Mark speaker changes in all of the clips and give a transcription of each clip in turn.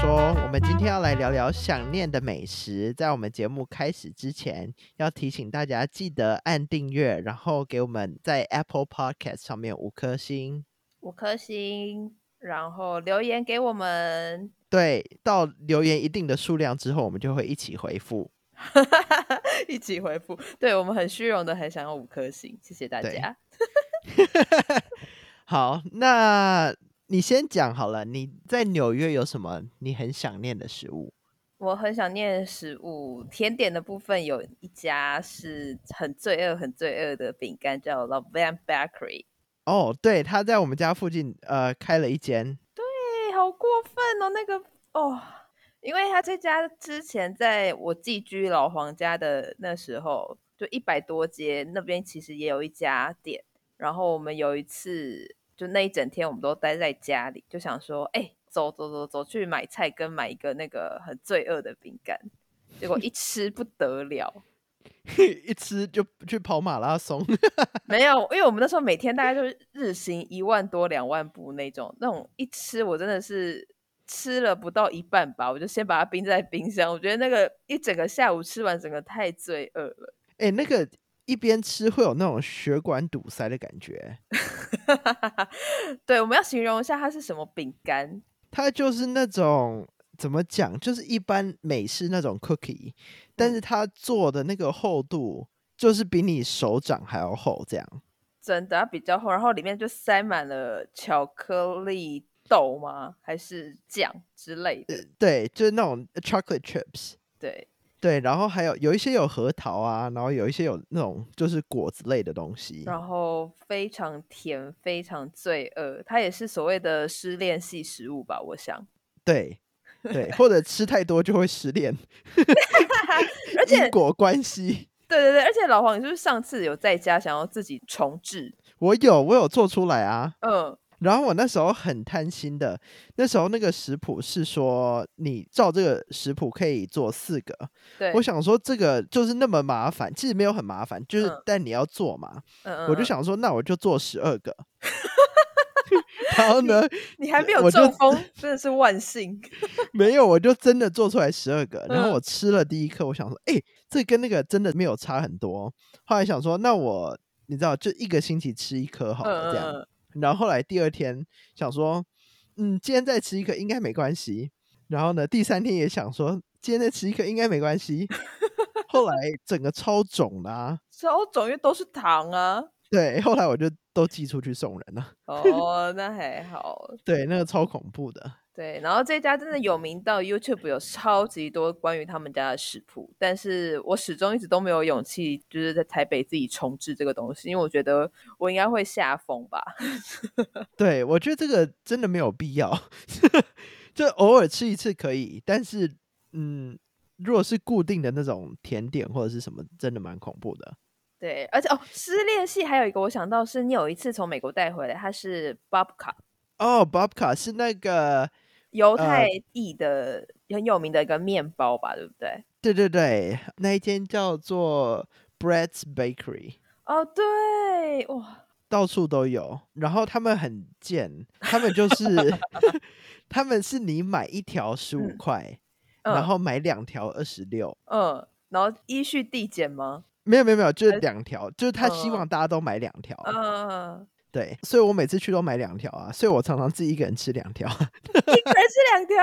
Speaker 1: 说，我们今天要来聊聊想念的美食。在我们节目开始之前，要提醒大家记得按订阅，然后给我们在 Apple Podcast 上面五颗星。
Speaker 2: 五颗星，然后留言给我们，
Speaker 1: 对，到留言一定的数量之后，我们就会一起回复。
Speaker 2: 一起回复。对我们很虚荣的，很想要五颗星，谢谢大
Speaker 1: 对
Speaker 2: 家。
Speaker 1: 好，那你先讲好了，你在纽约有什么你很想念的食物？
Speaker 2: 我很想念食物，甜点的部分有一家是很罪恶、很罪恶的饼干，叫 La Van Bakery。
Speaker 1: 哦，对，他在我们家附近呃开了一间，
Speaker 2: 哎，好过分哦！那个哦，因为他这家之前在我寄居老黄家的那时候，就一百多街那边其实也有一家店。然后我们有一次，就那一整天我们都待在家里，就想说，哎、走走走走去买菜，跟买一个那个很罪恶的饼干。结果一吃不得了，
Speaker 1: 一吃就去跑马拉松。
Speaker 2: 没有，因为我们那时候每天大概就是日行一万多、两万步那种，那种一吃我真的是吃了不到一半吧，我就先把它冰在冰箱。我觉得那个一整个下午吃完，整个太罪恶了。
Speaker 1: 哎、那个一边吃会有那种血管堵塞的感觉，
Speaker 2: 对，我们要形容一下它是什么饼干，
Speaker 1: 它就是那种怎么讲，就是一般美式那种 cookie，但是
Speaker 2: 嗯
Speaker 1: 它做的那个厚度就是比你手掌还要厚，这样。
Speaker 2: 真的它比较厚，然后里面就塞满了巧克力豆吗？还是酱之类的？
Speaker 1: 对，就是那种呃 chocolate chips。
Speaker 2: 对，
Speaker 1: 对，然后还有有一些有核桃啊，然后有一些有那种就是果子类的东西。
Speaker 2: 然后非常甜，非常罪恶，它也是所谓的失恋系食物吧，我想。
Speaker 1: 对， 对，或者吃太多就会失恋，
Speaker 2: 而且
Speaker 1: 因果关系。
Speaker 2: 对对对，而且老黄，你是不是上次有在家想要自己重置？
Speaker 1: 我有，我有做出来啊。
Speaker 2: 嗯，
Speaker 1: 然后我那时候很贪心的，那时候那个食谱是说你照这个食谱可以做四个，
Speaker 2: 对，
Speaker 1: 我想说这个就是那么麻烦，其实没有很麻烦，就是、
Speaker 2: 嗯
Speaker 1: 但你要做嘛，
Speaker 2: 嗯，嗯
Speaker 1: 我就
Speaker 2: 嗯
Speaker 1: 想说那我就做十二 个，然后呢
Speaker 2: 你还没
Speaker 1: 我就
Speaker 2: 有中风，真的是万幸。
Speaker 1: 没有我就真的做出来十二个，然后
Speaker 2: 嗯
Speaker 1: 我吃了第一颗，我想说哎、诶这跟那个真的没有差很多，后来想说那我你知道就一个星期吃一颗 好
Speaker 2: 嗯
Speaker 1: 了这样，
Speaker 2: 嗯，嗯
Speaker 1: 然后后来第二天想说，嗯，今天再吃一颗应该没关系。然后呢，第三天也想说，今天再吃一颗应该没关系。后来整个超肿啦、
Speaker 2: 超肿，因为都是糖啊。
Speaker 1: 对，后来我就都寄出去送人了。
Speaker 2: 哦，那还好。
Speaker 1: 对，那个超恐怖的。
Speaker 2: 对，然后这家真的有名到 YouTube 有超级多关于他们家的食谱，但是我始终一直都没有勇气，就是在台北自己重置这个东西，因为我觉得我应该会下风吧。
Speaker 1: 对，我觉得这个真的没有必要， 就偶尔吃一次可以，但是嗯，如果是固定的那种甜点或者是什么，真的蛮恐怖的。
Speaker 2: 对，而且哦，失恋系还有一个我想到是，你有一次从美国带回来，它是 babka
Speaker 1: 哦 b o b k a 是那个
Speaker 2: 犹
Speaker 1: 呃
Speaker 2: 太裔的、很有名的一个面包吧，对不对？
Speaker 1: 对对对，那一间叫做 Brett's Bakery，
Speaker 2: 哦，对，哇，
Speaker 1: 到处都有。然后他们很贱，他们 就是他们是你买一条十五
Speaker 2: 嗯
Speaker 1: 块，
Speaker 2: 嗯
Speaker 1: 然后买两条二十六。
Speaker 2: 嗯，然后依序递减吗？
Speaker 1: 没有没有没有，就是
Speaker 2: 还
Speaker 1: 两条，就是他希
Speaker 2: 呃嗯
Speaker 1: 望大家都买两条，
Speaker 2: 嗯，
Speaker 1: 对，所以我每次去都买两条啊，所以我常常自己一个人吃两条，
Speaker 2: 一个人吃两条，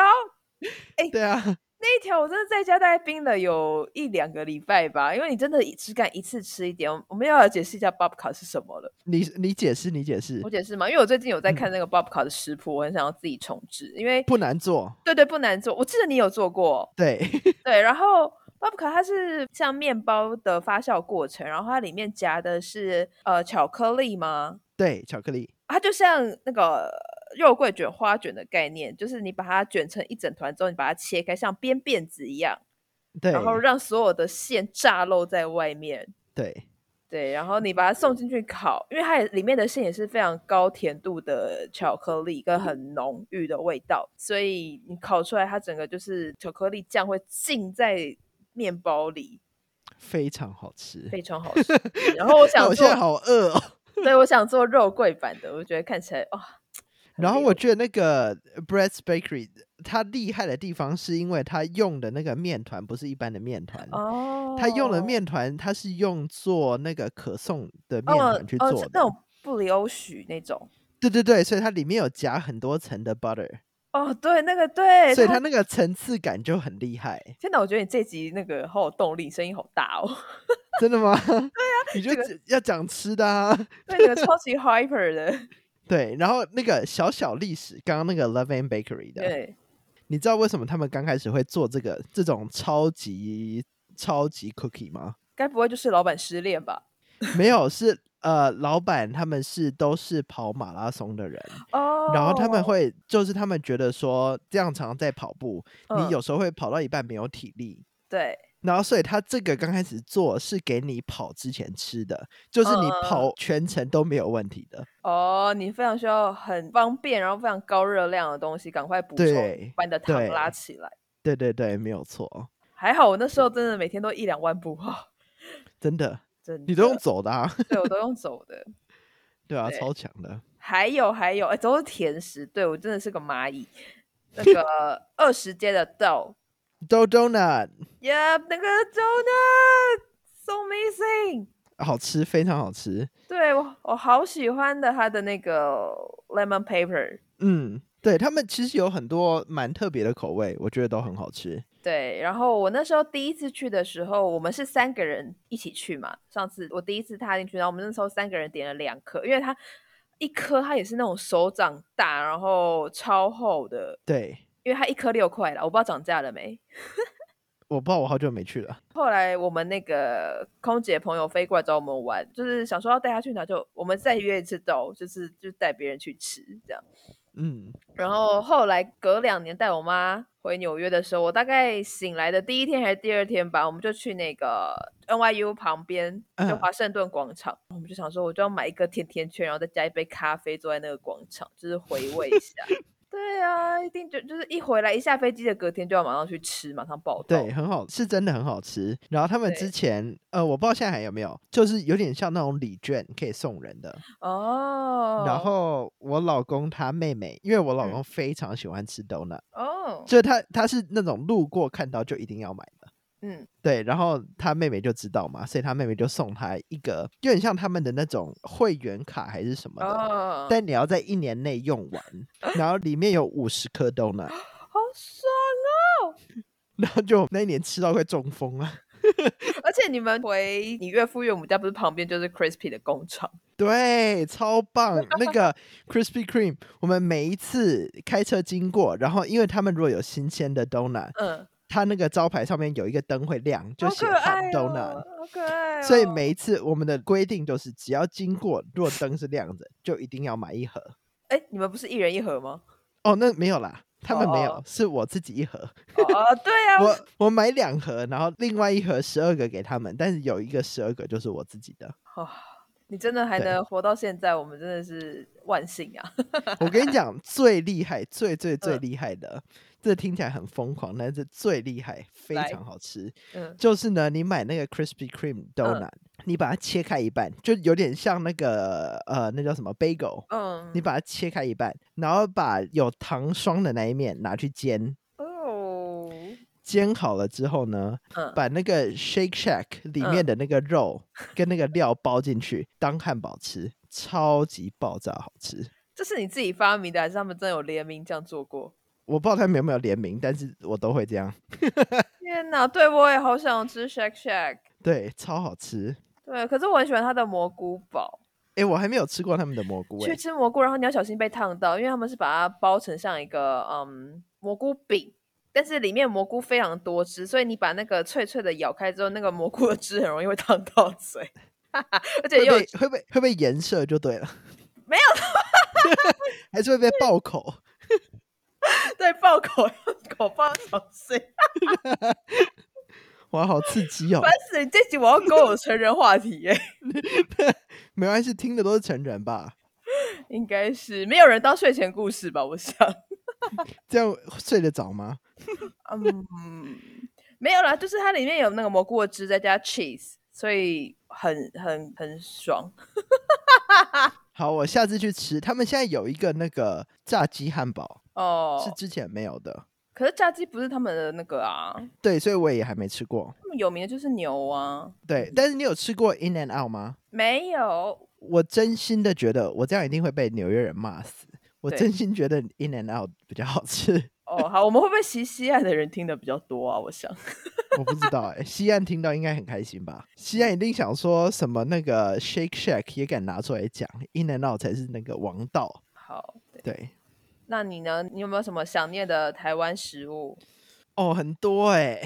Speaker 1: 对啊，
Speaker 2: 那一条我真的在家大概冰了有一两个礼拜吧，因为你真的只敢一次吃一点。我们要来解释一下 babka 是什么了。
Speaker 1: 你你解释你解释
Speaker 2: 我，解释嘛，因为我最近有在
Speaker 1: 嗯
Speaker 2: 看那个 babka 的食谱，我很想要自己重置，因为
Speaker 1: 不难做，
Speaker 2: 对对不难做，我记得你有做过。
Speaker 1: 对
Speaker 2: 对，然后 babka 它是像面包的发酵过程，然后它里面夹的是呃巧克力吗？
Speaker 1: 对，巧克力，
Speaker 2: 它就像那个肉桂卷、花卷的概念，就是你把它卷成一整团之后，你把它切开，像编辫子一样，
Speaker 1: 对
Speaker 2: 然后让所有的馅炸漏在外面。
Speaker 1: 对，
Speaker 2: 对，然后你把它送进去烤，因为它也里面的馅也是非常高甜度的巧克力跟很浓郁的味道，所以你烤出来它整个就是巧克力酱会浸在面包里，
Speaker 1: 非常好吃。
Speaker 2: 非常好吃。然后我
Speaker 1: 那
Speaker 2: 想
Speaker 1: 我现在
Speaker 2: 做，
Speaker 1: 好饿哦。
Speaker 2: 对我想做肉桂版的，我觉得看起来哇、
Speaker 1: 然后我觉得那个 Bread's Bakery 它厉害的地方，是因为它用的那个面团不是一般的面团，
Speaker 2: 哦，
Speaker 1: 嗯它用的面团它是用做那个可颂的面
Speaker 2: 哦
Speaker 1: 团去
Speaker 2: 哦
Speaker 1: 做
Speaker 2: 是
Speaker 1: 的，
Speaker 2: 那种布里欧许那种。
Speaker 1: 对对对，所以它里面有夹很多层的 butter，
Speaker 2: 哦，对，那个对，
Speaker 1: 所以
Speaker 2: 它
Speaker 1: 它那个层次感就很厉害，
Speaker 2: 天哪，我觉得你这集那个好有动力，声音好大哦，
Speaker 1: 真的吗？ 对啊，你就只要讲吃的啊。
Speaker 2: 对，那个超级 hyper 的，
Speaker 1: 对，然后那个小小历史，刚刚那个 Love and Bakery 的，
Speaker 2: 对，
Speaker 1: 你知道为什么他们刚开始会做这个这种超级超级 cookie 吗？
Speaker 2: 该不会就是老板失恋吧？
Speaker 1: 没有，是呃，老板他们是都是跑马拉松的人，
Speaker 2: 哦，
Speaker 1: 然后他们会就是他们觉得说这样常常在跑步，
Speaker 2: 嗯
Speaker 1: 你有时候会跑到一半没有体力。
Speaker 2: 对，
Speaker 1: 然后，所以他这个刚开始做是给你跑之前吃的，就是你
Speaker 2: 嗯嗯嗯
Speaker 1: 跑全程都没有问题的。
Speaker 2: 哦，你非常需要很方便，然后非常高热量的东西，赶快补充，
Speaker 1: 对
Speaker 2: 把你的糖
Speaker 1: 对
Speaker 2: 拉起来。
Speaker 1: 对对对，没有错，
Speaker 2: 还好我那时候真的每天都一两万步 啊，
Speaker 1: 真的，
Speaker 2: 真
Speaker 1: 你都用
Speaker 2: 的
Speaker 1: 走的、啊，
Speaker 2: 对我都用走的。
Speaker 1: 对啊，
Speaker 2: 对
Speaker 1: 超强的。
Speaker 2: 还有还有，哎、都是甜食，对我真的是个蚂蚁。那个二十街的豆
Speaker 1: Do donut
Speaker 2: y e p 那个 donut，so amazing。
Speaker 1: 好吃，非常好吃。
Speaker 2: 对我我好喜欢的它的那个 lemon pepper，
Speaker 1: 嗯，对他们其实有很多蛮特别的口味，我觉得都很好吃。
Speaker 2: 对，然后我那时候第一次去的时候，我们是三个人一起去嘛。上次我第一次踏进去，然后我们那时候三个人点了两颗，因为它一颗它也是那种手掌大，然后超厚的，
Speaker 1: 对，
Speaker 2: 因为它一颗六块啦，我不知道涨价了没。
Speaker 1: 我不知道，我好久没去了。
Speaker 2: 后来我们那个空姐朋友飞过来找我们玩，就是想说要带她去哪就，我们再约一次豆，就是就带别人去吃这样。
Speaker 1: 嗯，
Speaker 2: 然后后来隔两年带我妈回纽约的时候，我大概醒来的第一天还是第二天吧，我们就去那个 NYU 旁边，就
Speaker 1: 嗯
Speaker 2: 华盛顿广场，我们就想说，我就要买一个甜甜圈，然后再加一杯咖啡，坐在那个广场，就是回味一 下。对啊，一定就就是一回来一下飞机的隔天就要马上去吃，马上报道。
Speaker 1: 对，很好，是真的很好吃。然后他们
Speaker 2: 对
Speaker 1: 之前，呃，我不知道现在还有没有，就是有点像那种礼券可以送人的。
Speaker 2: 哦，
Speaker 1: 然后我老公他妹妹，因为我老
Speaker 2: 嗯
Speaker 1: 公非常喜欢吃 donut，、
Speaker 2: 哦，
Speaker 1: 所以他他是那种路过看到就一定要买的。
Speaker 2: 嗯，
Speaker 1: 对，然后他妹妹就知道嘛，所以他妹妹就送他一个，有点像他们的那种会员卡还是什么的，
Speaker 2: 哦，
Speaker 1: 但你要在一年内用 完，然后里面有五十颗 donut，
Speaker 2: 好爽啊！
Speaker 1: 然后就那一年吃到快中风了。
Speaker 2: 而且你们回你岳父岳母家，不是旁边就是 Crispy 的工厂。
Speaker 1: 对，超棒！那 个 Krispy Kreme，我们每一次开车经过，然后因为他们如果有新鲜的 donut，
Speaker 2: 嗯，
Speaker 1: 它那个招牌上面有一个灯会亮，就
Speaker 2: 好
Speaker 1: 写
Speaker 2: 可爱
Speaker 1: hot
Speaker 2: 哦，
Speaker 1: donut。
Speaker 2: 好可爱哦。
Speaker 1: 所以每一次我们的规定就是，只要经过，如果灯是亮着，就一定要买一盒。
Speaker 2: 哎，你们不是一人一盒 吗？
Speaker 1: 哦，那没有啦，他们没有，
Speaker 2: 哦哦
Speaker 1: 是我自己一 盒。
Speaker 2: 哦，哦对啊，
Speaker 1: 我我买两盒，然后另外一盒十二个给他们，但是有一个十二个就是我自己的。
Speaker 2: 哦你真的还
Speaker 1: 对
Speaker 2: 能活到现在，我们真的是万幸 啊！
Speaker 1: 我跟你讲，最厉害、最最最
Speaker 2: 嗯
Speaker 1: 厉害的，这听起来很疯狂，但是最厉害，非
Speaker 2: 来
Speaker 1: 常好吃。
Speaker 2: 嗯，
Speaker 1: 就是呢，你买那个 Krispy Kreme donut，、你把它切开一半，就有点像那个呃，那叫什么 bagel。
Speaker 2: 嗯，
Speaker 1: 你把它切开一半，然后把有糖霜的那一面拿去煎，
Speaker 2: 哦，
Speaker 1: 煎好了之后呢，
Speaker 2: 嗯，
Speaker 1: 把那个 Shake Shack 里面
Speaker 2: 嗯
Speaker 1: 的那个肉跟那个料包进去，当汉堡吃，超级爆炸好吃。
Speaker 2: 这是你自己发明的，还是他们真的有联名这样做过？
Speaker 1: 我不知道他们有没有联名，但是我都会这样。
Speaker 2: 天哪，对我也好想吃 Shake Shack，
Speaker 1: 对，超好吃。
Speaker 2: 对，可是我很喜欢它的蘑菇堡。
Speaker 1: 诶，我还没有吃过他们的蘑菇、
Speaker 2: 去
Speaker 1: 诶，
Speaker 2: 吃蘑菇，然后你要小心被烫到，因为他们是把它包成像一个嗯蘑菇饼，但是里面蘑菇非常多汁，所以你把那个脆脆的咬开之后，那个蘑菇的汁很容易会烫到嘴， 而且
Speaker 1: 会
Speaker 2: 又
Speaker 1: 被会被会被颜色就对了。
Speaker 2: 没
Speaker 1: 有， 还是会被爆口。
Speaker 2: 对爆口，口爆小心，
Speaker 1: 哇，好刺激哦！
Speaker 2: 烦死你！这集我要跟我成人话题耶，
Speaker 1: 没关系，听的都是成人吧？
Speaker 2: 应该是没有人当睡前故事吧？我想，
Speaker 1: 这样睡得着吗？
Speaker 2: 嗯，没有啦，就是它里面有那个蘑菇的汁，再加 cheese，所以很很很爽。
Speaker 1: 好，我下次去吃。他们现在有一个那个炸鸡汉堡，
Speaker 2: 哦，
Speaker 1: 是之前没有的。
Speaker 2: 可是炸鸡不是他们的那个啊，
Speaker 1: 对，所以我也还没吃过。
Speaker 2: 他们有名的就是牛啊，
Speaker 1: 对，但是你有吃过 In and Out 吗？
Speaker 2: 没有，
Speaker 1: 我真心的觉得，我这样一定会被纽约人骂死。我
Speaker 2: 对
Speaker 1: 真心觉得 In and Out 比较好吃。
Speaker 2: 哦，好，我们会不会西西岸的人听的比较多啊？我想，
Speaker 1: 我不知道哎、西岸听到应该很开心吧？西岸一定想说什么那个 Shake Shack 也敢拿出来讲，In and Out 才是那个王道。
Speaker 2: 好，对，
Speaker 1: 对，
Speaker 2: 那你呢？你有没有什么想念的台湾食物？
Speaker 1: 哦，很多哎、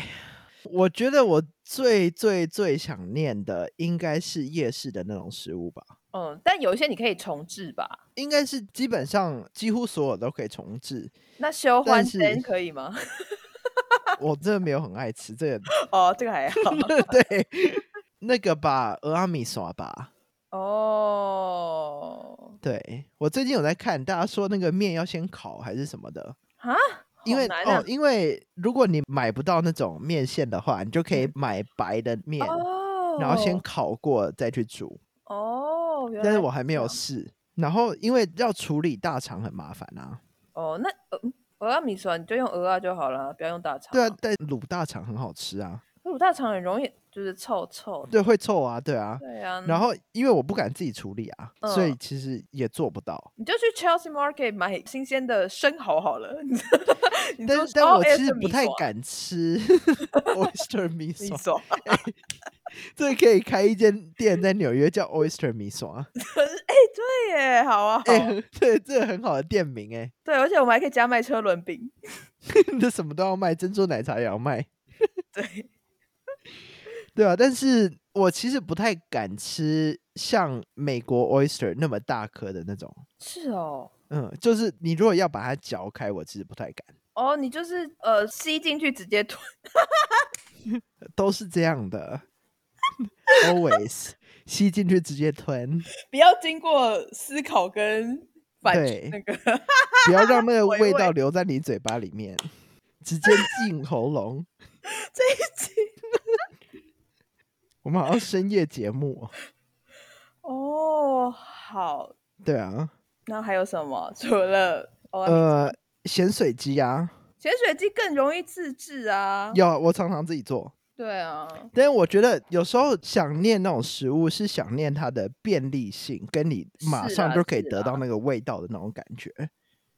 Speaker 1: 我觉得我最最最想念的应该是夜市的那种食物吧，
Speaker 2: 嗯，但有一些你可以重置吧。
Speaker 1: 应该是基本上几乎所有都可以重置。
Speaker 2: 那修
Speaker 1: 但
Speaker 2: 欢
Speaker 1: 是
Speaker 2: 煎可以吗？
Speaker 1: 我真的没有很爱吃这个，
Speaker 2: 哦，这个还好。
Speaker 1: 对，那个吧，俄阿米耍吧。
Speaker 2: 哦，
Speaker 1: 对我最近有在看，大家说那个面要先烤还是什么的，
Speaker 2: 啊，
Speaker 1: 因
Speaker 2: 好
Speaker 1: 为、
Speaker 2: 难啊
Speaker 1: 哦，因为如果你买不到那种面线的话，你就可以买白的面，
Speaker 2: 啊嗯哦，
Speaker 1: 然后先烤过再去煮。
Speaker 2: 哦，原
Speaker 1: 但是
Speaker 2: 来
Speaker 1: 我还没有
Speaker 2: 样
Speaker 1: 试。然后因为要处理大肠很麻烦啊，
Speaker 2: 哦，那呃嗯鹅啊米酸你就用鹅啊就好了，不要用大肠。
Speaker 1: 对啊，，但卤大肠很好吃啊，
Speaker 2: 卤大肠很容易就是臭臭的。
Speaker 1: 对，会臭啊，对啊。
Speaker 2: 对啊，
Speaker 1: 然后因为我不敢自己处理啊，所以
Speaker 2: 嗯
Speaker 1: 其实也做不到。
Speaker 2: 你就去 Chelsea Market 买新鲜的生蚝好了。你
Speaker 1: 但
Speaker 2: 就是说
Speaker 1: 但
Speaker 2: 哦
Speaker 1: 我
Speaker 2: 哎
Speaker 1: 其实
Speaker 2: 这
Speaker 1: 不
Speaker 2: 米
Speaker 1: 太
Speaker 2: 索啊
Speaker 1: 敢吃 oyster 米
Speaker 2: 米
Speaker 1: 爽，
Speaker 2: 索，
Speaker 1: 这可以开一间店在纽约叫 oyster 米爽。
Speaker 2: 哎，对耶，好啊，好
Speaker 1: 哎、
Speaker 2: 啊
Speaker 1: 对， 这个很好的店名哎、
Speaker 2: 对，而且我们还可以加卖车轮饼。
Speaker 1: 这什么都要卖，珍珠奶茶也要卖，
Speaker 2: 对，
Speaker 1: 对啊。但是我其实不太敢吃像美国 oyster 那么大颗的那种，
Speaker 2: 是哦，
Speaker 1: 嗯，就是你如果要把它嚼开，我其实不太敢，
Speaker 2: 哦，你就是呃吸进去直接吞。
Speaker 1: 都是这样的，always 吸进去直接吞，
Speaker 2: 不要经过思考跟反
Speaker 1: 对
Speaker 2: 那个
Speaker 1: 不要让那个
Speaker 2: 回
Speaker 1: 味
Speaker 2: 味
Speaker 1: 道留在你嘴巴里面，直接进喉咙。
Speaker 2: 这一集
Speaker 1: 我们好像深夜节目哦，
Speaker 2: 哦，好，
Speaker 1: 对啊，
Speaker 2: 那还有什么？ 除了哦，
Speaker 1: 呃，咸水鸡啊，
Speaker 2: 潜水机更容易自制啊，
Speaker 1: 要我常常自己做。
Speaker 2: 对啊，
Speaker 1: 但是我觉得有时候想念那种食物，是想念它的便利性，跟你马
Speaker 2: 是
Speaker 1: 上
Speaker 2: 啦
Speaker 1: 就可以
Speaker 2: 是
Speaker 1: 得到
Speaker 2: 啦
Speaker 1: 那个味道的那种感 觉。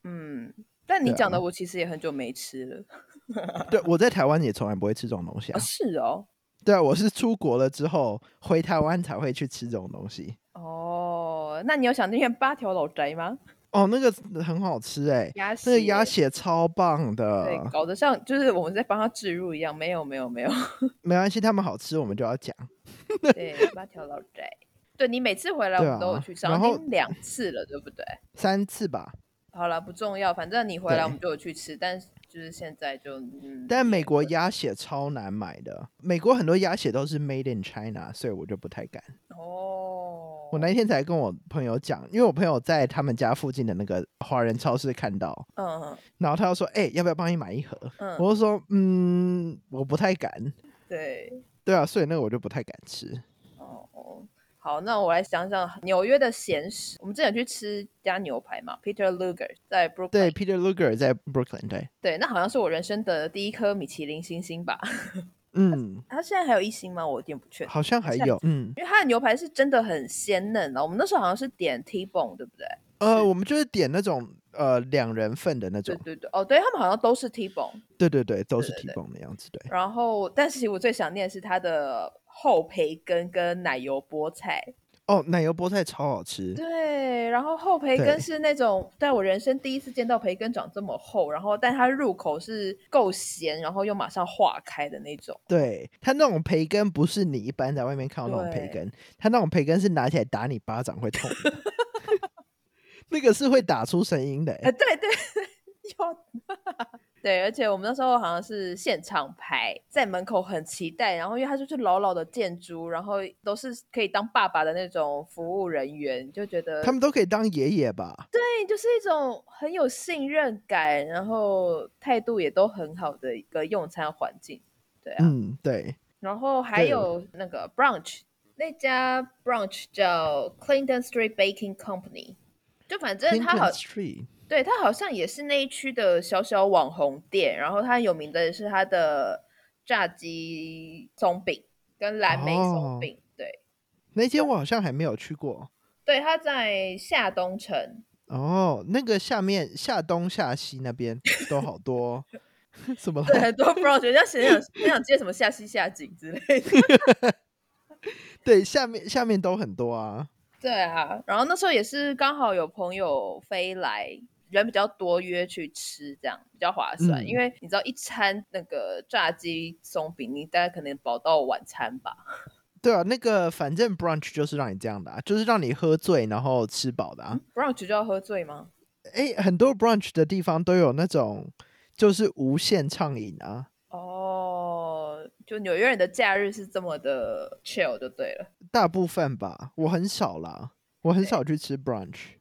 Speaker 2: 嗯，但你
Speaker 1: 对
Speaker 2: 讲的
Speaker 1: 啊
Speaker 2: 我其实也很久没 吃了，
Speaker 1: 对，我在台湾也从来不会吃这种东西
Speaker 2: 啊
Speaker 1: 啊。
Speaker 2: 是哦，
Speaker 1: 对啊，我是出国了之后回台湾才会去吃这种东西。
Speaker 2: 哦，那你有想念八条老宅 吗？
Speaker 1: 哦，那个很好吃哎、
Speaker 2: 鸭
Speaker 1: 那个啊
Speaker 2: 血
Speaker 1: 鸭血超棒
Speaker 2: 对，
Speaker 1: 的。
Speaker 2: 搞得像就是我们在帮他置入一样，没有没 有没有，
Speaker 1: 没关系，他们好吃我们就要讲。
Speaker 2: 对，八条老宅。对你每次回来我
Speaker 1: 对
Speaker 2: 们都有
Speaker 1: 啊
Speaker 2: 去上，
Speaker 1: 然
Speaker 2: 已
Speaker 1: 后
Speaker 2: 经两次了，对不对？
Speaker 1: 三次吧，
Speaker 2: 好了，不重要，反正你回来我
Speaker 1: 对
Speaker 2: 们就有去吃，但是就是现在就嗯，
Speaker 1: 但美国
Speaker 2: 也
Speaker 1: 鸭血超难买的，美国很多鸭血都是 made in China，所以我就不太敢。
Speaker 2: 哦，
Speaker 1: 我那天才跟我朋友讲，因为我朋友在他们家附近的那个华人超市看到，
Speaker 2: 嗯
Speaker 1: 然后他就说：“哎、要不要帮你买一盒？”
Speaker 2: 嗯，
Speaker 1: 我就说：“嗯，我不太敢。
Speaker 2: 对，”
Speaker 1: 对啊，所以那个我就不太敢吃。
Speaker 2: 哦，好，那我来想想纽约的闲食，我们之前有去吃一家牛排嘛，Peter Luger 在 Brooklyn，
Speaker 1: 对，Peter Luger 在 Brooklyn，对，
Speaker 2: 对那好像是我人生的第一颗米其林星星吧，
Speaker 1: 嗯，
Speaker 2: 他现在还有一星吗？我有点不确定。
Speaker 1: 好像还有，嗯，
Speaker 2: 因为它的牛排是真的很鲜嫩啊，我们那时候好像是点 T bone，对不对？
Speaker 1: 呃，我们就是点那种呃两人份的那
Speaker 2: 对
Speaker 1: 种，
Speaker 2: 对对，哦，对他们好像都是 T bone，
Speaker 1: 对对对，都是
Speaker 2: 对
Speaker 1: 提
Speaker 2: 对
Speaker 1: 供的样子，对，
Speaker 2: 然后，但是其实我最想念的是它的厚培根跟奶油菠菜。
Speaker 1: 哦，奶油菠菜超好吃，
Speaker 2: 对，然后厚培
Speaker 1: 对
Speaker 2: 根是那种在我人生第一次见到培根长这么厚，然后但它入口是够咸，然后又马上化开的那种。
Speaker 1: 对，它那种培根不是你一般在外面看到那种培
Speaker 2: 对
Speaker 1: 根，它那种培根是拿起来打你巴掌会痛 的那个是会打出声音的欸、
Speaker 2: 哎、对对， 有。对，而且我们那时候好像是现场排，在门口很期待，然后因为它就是老老的建筑，然后都是可以当爸爸的那种服务人员，就觉得
Speaker 1: 他们都可以当爷爷吧？
Speaker 2: 对，就是一种很有信任感，然后态度也都很好的一个用餐环境。对啊，
Speaker 1: 嗯，对，
Speaker 2: 然后还
Speaker 1: 对
Speaker 2: 有那个 brunch 那家 brunch 叫 Clinton Street Baking Company，就反正它好
Speaker 1: Clinton Street
Speaker 2: 对，它好像也是那一区的小小网红店，然后它有名的是它的炸鸡松饼跟蓝莓
Speaker 1: 哦
Speaker 2: 松饼。对，
Speaker 1: 那间我好像还没有去过
Speaker 2: 对，它在下 东城。
Speaker 1: 哦。那个下面下东下西那边都好 多什么
Speaker 2: 对，
Speaker 1: 啦
Speaker 2: 很多 bro 觉得想想想想接什么下西下井之类的。
Speaker 1: 对下面下面都很多啊。
Speaker 2: 对啊，然后那时候也是刚好有朋友飞来，人比较多，约去吃这样比较划算，
Speaker 1: 嗯
Speaker 2: 因为你知道一餐那个炸鸡松饼，你大概可能饱到晚餐吧。
Speaker 1: 对啊，那个反正 brunch 就是让你这样的、啊，就是让你喝醉然后吃饱的、
Speaker 2: 嗯
Speaker 1: 啊。
Speaker 2: brunch 就要喝醉吗？
Speaker 1: 哎、很多 brunch 的地方都有那种就是无限畅饮啊。
Speaker 2: 哦，就纽约人的假日是这么的 chill 就对了。
Speaker 1: 大部分吧，我很少啦，我很
Speaker 2: 对
Speaker 1: 少去吃 brunch。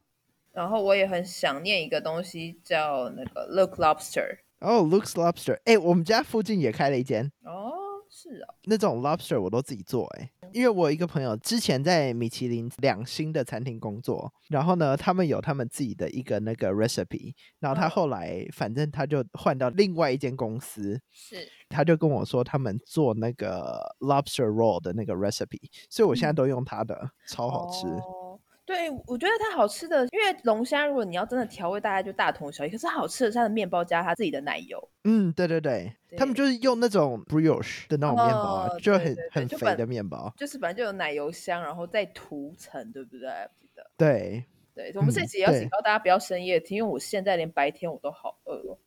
Speaker 2: 然后我也很想念一个东西叫那个 Look Lobster。
Speaker 1: 哦、l o o k s Lobster，哎、我们家附近也开了一间，
Speaker 2: 哦，是哦，
Speaker 1: 那种 lobster 我都自己做、欸，因为我有一个朋友之前在米其林两星的餐厅工作，然后呢，他们有他们自己的一个那个 recipe，然后他
Speaker 2: 嗯
Speaker 1: 后来反正他就换到另外一间公司，
Speaker 2: 是
Speaker 1: 他就跟我说他们做那个 lobster roll 的那个 recipe，所以我现在都用它的，超好吃。
Speaker 2: 嗯哦对，我觉得它好吃的，因为龙虾如果你要真的调味，大概就大同小异。可是好吃的是它的面包加它自己的奶油，
Speaker 1: 嗯，对对对，他们
Speaker 2: 对
Speaker 1: 就是用那种 brioche 的那种面包啊，
Speaker 2: 哦
Speaker 1: 就
Speaker 2: 对
Speaker 1: 很
Speaker 2: 对对
Speaker 1: 很
Speaker 2: 就
Speaker 1: 肥
Speaker 2: 本
Speaker 1: 的面包，
Speaker 2: 就是反正就有奶油香，然后再涂层，对不对？我记得。
Speaker 1: 对。
Speaker 2: 对，我们这
Speaker 1: 嗯
Speaker 2: 一集也要
Speaker 1: 对
Speaker 2: 警告大家不要深夜听，因为我现在连白天我都好饿哦。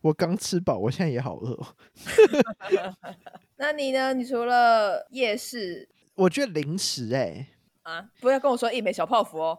Speaker 1: 我刚吃饱，我现在也好饿哦、
Speaker 2: 那你呢？你除了夜市
Speaker 1: 我觉得零食、欸，哎
Speaker 2: 啊，不要跟我说一枚小泡芙哦。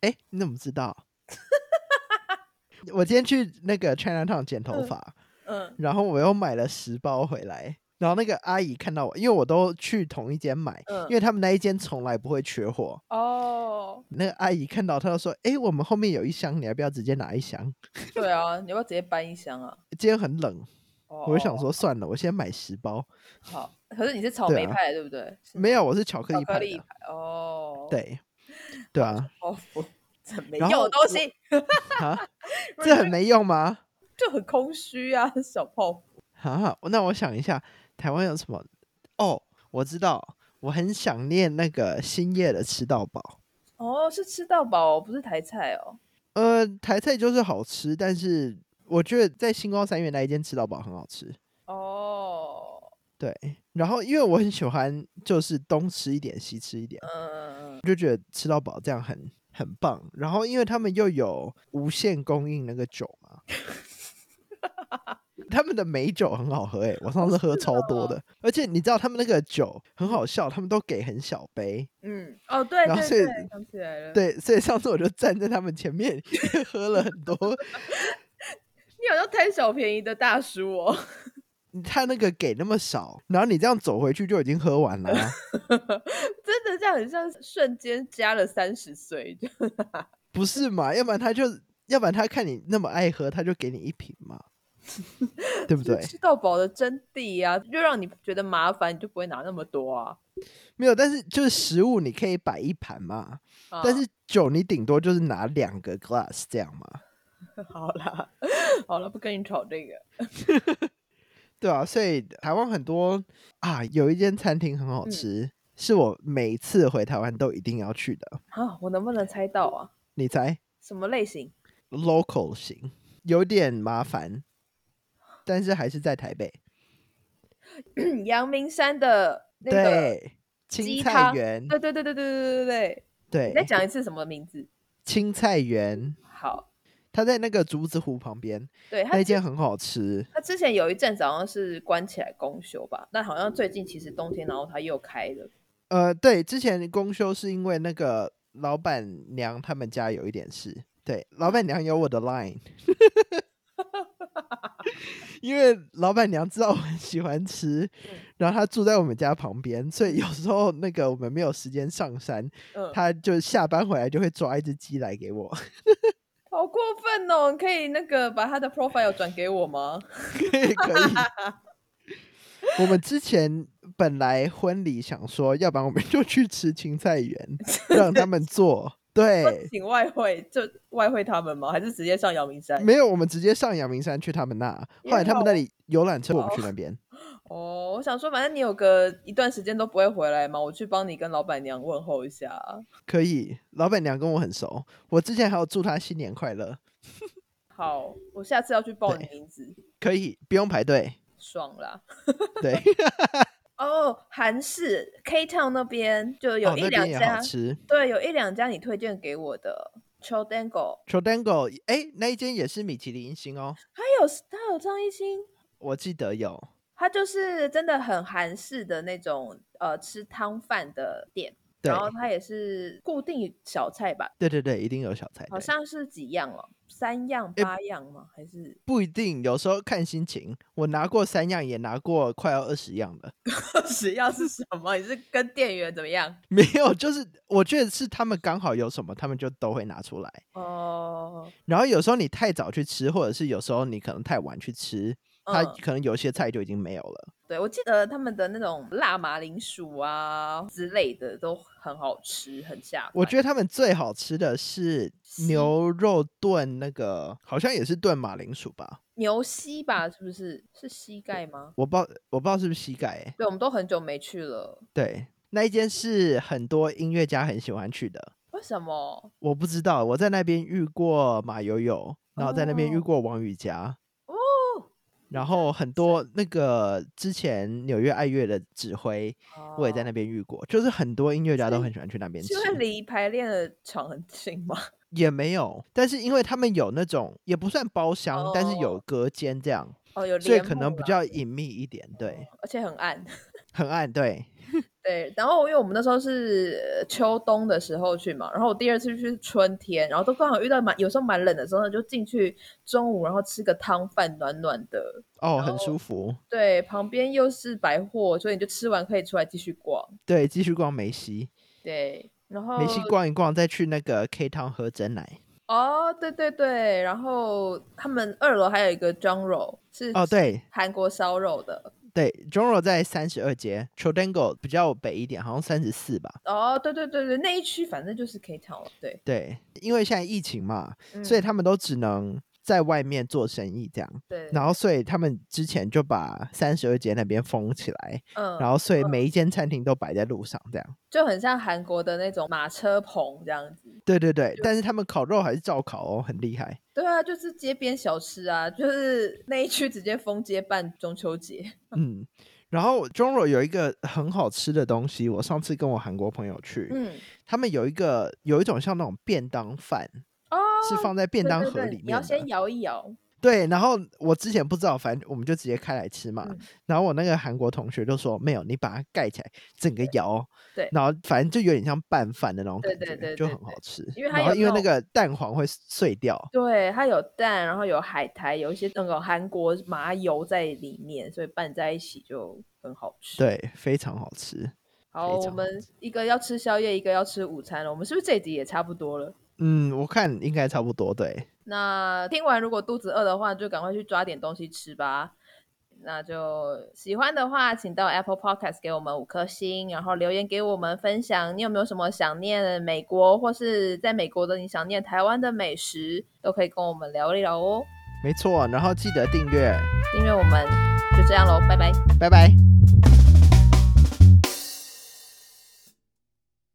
Speaker 1: 哎，你怎么知道？ 我今天去那个 China Town 剪头发，
Speaker 2: 嗯，
Speaker 1: 然后我又买了十包回来。然后那个阿姨看到我，因为我都去同一间买，
Speaker 2: 嗯
Speaker 1: 因为他们那一间从来不会缺货。
Speaker 2: 哦，
Speaker 1: 那个阿姨看到，她就说：“哎，我们后面有一箱，你要不要直接拿一箱
Speaker 2: 对啊，你要不要直接搬一箱啊？？”
Speaker 1: 今天很冷，
Speaker 2: 哦，
Speaker 1: 我就想
Speaker 2: 哦
Speaker 1: 说算了，我先买十包。
Speaker 2: 好，可是你是草
Speaker 1: 对
Speaker 2: 莓
Speaker 1: 啊
Speaker 2: 派的对不对？是
Speaker 1: 没有，我是巧克
Speaker 2: 巧
Speaker 1: 力
Speaker 2: 克
Speaker 1: 派
Speaker 2: 力
Speaker 1: 的。啊
Speaker 2: 派哦，，
Speaker 1: 对， 对啊，
Speaker 2: 泡芙这没
Speaker 1: 然
Speaker 2: 用
Speaker 1: 后
Speaker 2: 的东西，
Speaker 1: 啊，这很没用吗？
Speaker 2: 就很空虚啊，小泡芙。
Speaker 1: 啊，那我想一下，台湾有什么？哦，我知道，我很想念那个兴业的吃到饱。
Speaker 2: 哦，是吃到饱、哦，不是台菜哦。
Speaker 1: 呃，台菜就是好吃，但是我觉得在星光三月那一间吃到饱很好吃。
Speaker 2: 哦，
Speaker 1: 对，然后因为我很喜欢，就是东吃一点，西吃一点，
Speaker 2: 嗯，
Speaker 1: 我就觉得吃到饱这样很很棒。然后因为他们又有无限供应那个酒嘛，他们的美酒很好喝诶、欸我上次喝超多的，而且你知道他们那个酒很好笑，他们都给很小杯，
Speaker 2: 嗯，哦，对
Speaker 1: 然后
Speaker 2: 对
Speaker 1: 所以
Speaker 2: 对，想起来了。，
Speaker 1: 对，所以上次我就站在他们前面也喝了很多。
Speaker 2: 你好像贪小便宜的大叔哦。
Speaker 1: 他那个给那么少，然后你这样走回去就已经喝完了啊、
Speaker 2: 真的这样很像瞬间加了三十岁，就
Speaker 1: 不是嘛？要不然他就，要不然他看你那么爱喝，他就给你一瓶嘛，对不
Speaker 2: 就
Speaker 1: 对？
Speaker 2: 吃到饱的真谛啊，就让你觉得麻烦，你就不会拿那么多啊。
Speaker 1: 没有，但是就是食物你可以摆一盘嘛，
Speaker 2: 啊
Speaker 1: 但是酒你顶多就是拿两个 glass 这样嘛，
Speaker 2: 好啦，好了，不跟你吵这个。
Speaker 1: 对啊，所以台湾很多啊，有一间餐厅很好
Speaker 2: 嗯
Speaker 1: 吃，是我每次回台湾都一定要去的。
Speaker 2: 啊，我能不能猜到啊？
Speaker 1: 你猜？
Speaker 2: 什么类型？
Speaker 1: local 型，有点麻烦，但是还是在台北。
Speaker 2: 阳明山的那个？
Speaker 1: 对，青
Speaker 2: 鸡
Speaker 1: 菜
Speaker 2: 汤
Speaker 1: 园，
Speaker 2: 对对对对对对对对对。你再
Speaker 1: 对，
Speaker 2: 讲一次什么名字？
Speaker 1: 青菜园，
Speaker 2: 好，
Speaker 1: 它在那个竹子湖旁边，
Speaker 2: 对
Speaker 1: 那
Speaker 2: 他
Speaker 1: 一间很好吃。
Speaker 2: 他之前有一阵子好像是关起来公休吧，但好像最近其实冬天，然后他又开了。
Speaker 1: 呃，对，之前公休是因为那个老板娘他们家有一点事。对，老板娘有我的 line，因为老板娘知道我很喜欢吃，然后她住在我们家旁边，所以有时候那个我们没有时间上山，
Speaker 2: 嗯，
Speaker 1: 他就下班回来就会抓一只鸡来给我，
Speaker 2: 好过分哦！你可以那个把他的 profile 转给我吗？
Speaker 1: 可以可以。我们之前本来婚礼想说，要不然我们就去吃青菜园，让他们做。对，
Speaker 2: 请外汇就外汇他们吗？还是直接上阳明山？
Speaker 1: 没有，我们直接上阳明山去他们那，后来他们那里游览车，我们去那边。
Speaker 2: 哦，我想说，反正你有个一段时间都不会回来嘛，我去帮你跟老板娘问候一下。啊
Speaker 1: 可以，老板娘跟我很熟，我之前还有祝她新年快乐。
Speaker 2: 好，我下次要去报你名字，
Speaker 1: 可以，不用排队。
Speaker 2: 爽啦！
Speaker 1: 对，
Speaker 2: 哦，韩式 K Town 那边就 有
Speaker 1: 哦，
Speaker 2: 一
Speaker 1: 那
Speaker 2: 两
Speaker 1: 边也
Speaker 2: 家，
Speaker 1: 好吃。
Speaker 2: 对，有一两家你推荐给我的 c h o d a n g o
Speaker 1: c h o d a n g o 哎，那一间也是米其林星哦，
Speaker 2: 还有他有张艺兴，
Speaker 1: 我记得有。
Speaker 2: 他就是真的很韩式的那种呃吃汤饭的店，
Speaker 1: 对
Speaker 2: 然，后他也是固定小菜吧，
Speaker 1: 对对对，一定有小菜。
Speaker 2: 好
Speaker 1: 对
Speaker 2: 像是几样哦，三样
Speaker 1: 诶
Speaker 2: 八样吗？还是
Speaker 1: 不一定，有时候看心情。我拿过三样，也拿过快要二十样的。
Speaker 2: 二十样是什么？你是跟店员怎么样？
Speaker 1: 没有，就是我觉得是他们刚好有什么，他们就都会拿出来。
Speaker 2: 哦，
Speaker 1: 然后有时候你太早去吃，或者是有时候你可能太晚去吃，它
Speaker 2: 嗯，
Speaker 1: 可能有些菜就已经没有了。
Speaker 2: 对，我记得他们的那种辣马铃薯啊之类的都很好吃，很下饭。
Speaker 1: 我觉得他们最好吃的是
Speaker 2: 是
Speaker 1: 牛肉炖那个，好像也是炖马铃薯吧？
Speaker 2: 牛膝吧，是不是是膝盖吗？
Speaker 1: 我不知道，我不知道是不是膝盖、欸。
Speaker 2: 对，我们都很久没去了，
Speaker 1: 对，那一间是很多音乐家很喜欢去的。
Speaker 2: 为什么？
Speaker 1: 我不知道，我在那边遇过马友友，然后在那边遇
Speaker 2: 哦
Speaker 1: 过王宇佳，
Speaker 2: 哦，
Speaker 1: 然后很多那个之前纽约爱乐的指挥，我也在
Speaker 2: 哦
Speaker 1: 那边遇过，就是很多音乐家
Speaker 2: 所
Speaker 1: 都
Speaker 2: 以
Speaker 1: 很喜欢去那边吃
Speaker 2: 是，因为离排练的场很近吗？
Speaker 1: 也没有，但是因为他们有那种也不算包厢，但是有
Speaker 2: 哦
Speaker 1: 隔间这样，
Speaker 2: 哦，有
Speaker 1: 所以
Speaker 2: 帘
Speaker 1: 可能
Speaker 2: 幕哦
Speaker 1: 比较
Speaker 2: 啦，
Speaker 1: 隐秘一点，对，
Speaker 2: 而且很暗。
Speaker 1: 很暗，对，
Speaker 2: 对，然后因为我们那时候是呃秋冬的时候去嘛，然后我第二次去是春天，然后都刚好遇到蛮有时候蛮冷的时候，就进去中午然后吃个汤饭，暖暖的。
Speaker 1: 哦，
Speaker 2: 然
Speaker 1: 很
Speaker 2: 后
Speaker 1: 舒服，
Speaker 2: 对，旁边又是百货，所以你就吃完可以出来继续逛。
Speaker 1: 对，继续逛梅西，
Speaker 2: 对，然后
Speaker 1: 梅西逛一逛，再去那个 K 汤喝真奶，
Speaker 2: 哦，对对对，然后他们二楼还有一个 j o n r o 是
Speaker 1: 哦，对，
Speaker 2: 韩国烧肉的。
Speaker 1: 对 j o n r o 在三十二街 c h o d a n g o 比较北一点，好像三十四吧。
Speaker 2: 哦，对对对对，那一区反正就是 K Town 了。对，
Speaker 1: 对，因为现在疫情嘛，
Speaker 2: 嗯、
Speaker 1: 所以他们都只能在外面做生意这样。
Speaker 2: 对，
Speaker 1: 然后，所以他们之前就把三十二街那边封起来，
Speaker 2: 嗯，
Speaker 1: 然后所以每一间餐厅都摆在路上这样。
Speaker 2: 就很像韩国的那种马车棚这样子。
Speaker 1: 对对对，但是他们烤肉还是照烤哦，很厉害。
Speaker 2: 对啊，就是街边小吃啊，就是那一区直接封街办中 秋节。
Speaker 1: 嗯，然后中若有一个很好吃的东西，我上次跟我韩国朋友去，
Speaker 2: 嗯，
Speaker 1: 他们有一个有一种像那种便当饭，
Speaker 2: 哦，
Speaker 1: 是放在便
Speaker 2: 对
Speaker 1: 当
Speaker 2: 对
Speaker 1: 盒
Speaker 2: 对
Speaker 1: 里面的。
Speaker 2: 你要先摇一摇。
Speaker 1: 对，然后我之前不知道，反正我们就直接开来吃嘛。
Speaker 2: 嗯
Speaker 1: 然后我那个韩国同学就说：“没有，你把它盖起来，整个摇。”
Speaker 2: 对
Speaker 1: 然后反正就有点像拌饭的那种感
Speaker 2: 对
Speaker 1: 觉，
Speaker 2: 对对
Speaker 1: 就
Speaker 2: 对
Speaker 1: 很
Speaker 2: 对
Speaker 1: 好吃。
Speaker 2: 因为它
Speaker 1: 然后
Speaker 2: 有
Speaker 1: 因为
Speaker 2: 那
Speaker 1: 那个蛋黄会碎掉，
Speaker 2: 对，它有蛋，然后有海苔，有一些那种韩国麻油在里面，所以拌在一起就很好吃。，
Speaker 1: 对，非常好吃。
Speaker 2: 好，
Speaker 1: 非
Speaker 2: 我
Speaker 1: 常好
Speaker 2: 们一个要吃宵夜，一个要吃午餐了。我们是不是这一集也差不多了？
Speaker 1: 嗯，我看应该差不多。对，
Speaker 2: 那听完如果肚子饿的话，就赶快去抓点东西吃吧。那就喜欢的话，请到 Apple Podcast 给我们五颗星，然后留言给我们分享你有没有什么想念美国或是在美国的你想念台湾的美食，都可以跟我们聊一聊哦。
Speaker 1: 没错。然后记得订阅，
Speaker 2: 订阅我们，就这样喽，拜拜。
Speaker 1: 拜拜。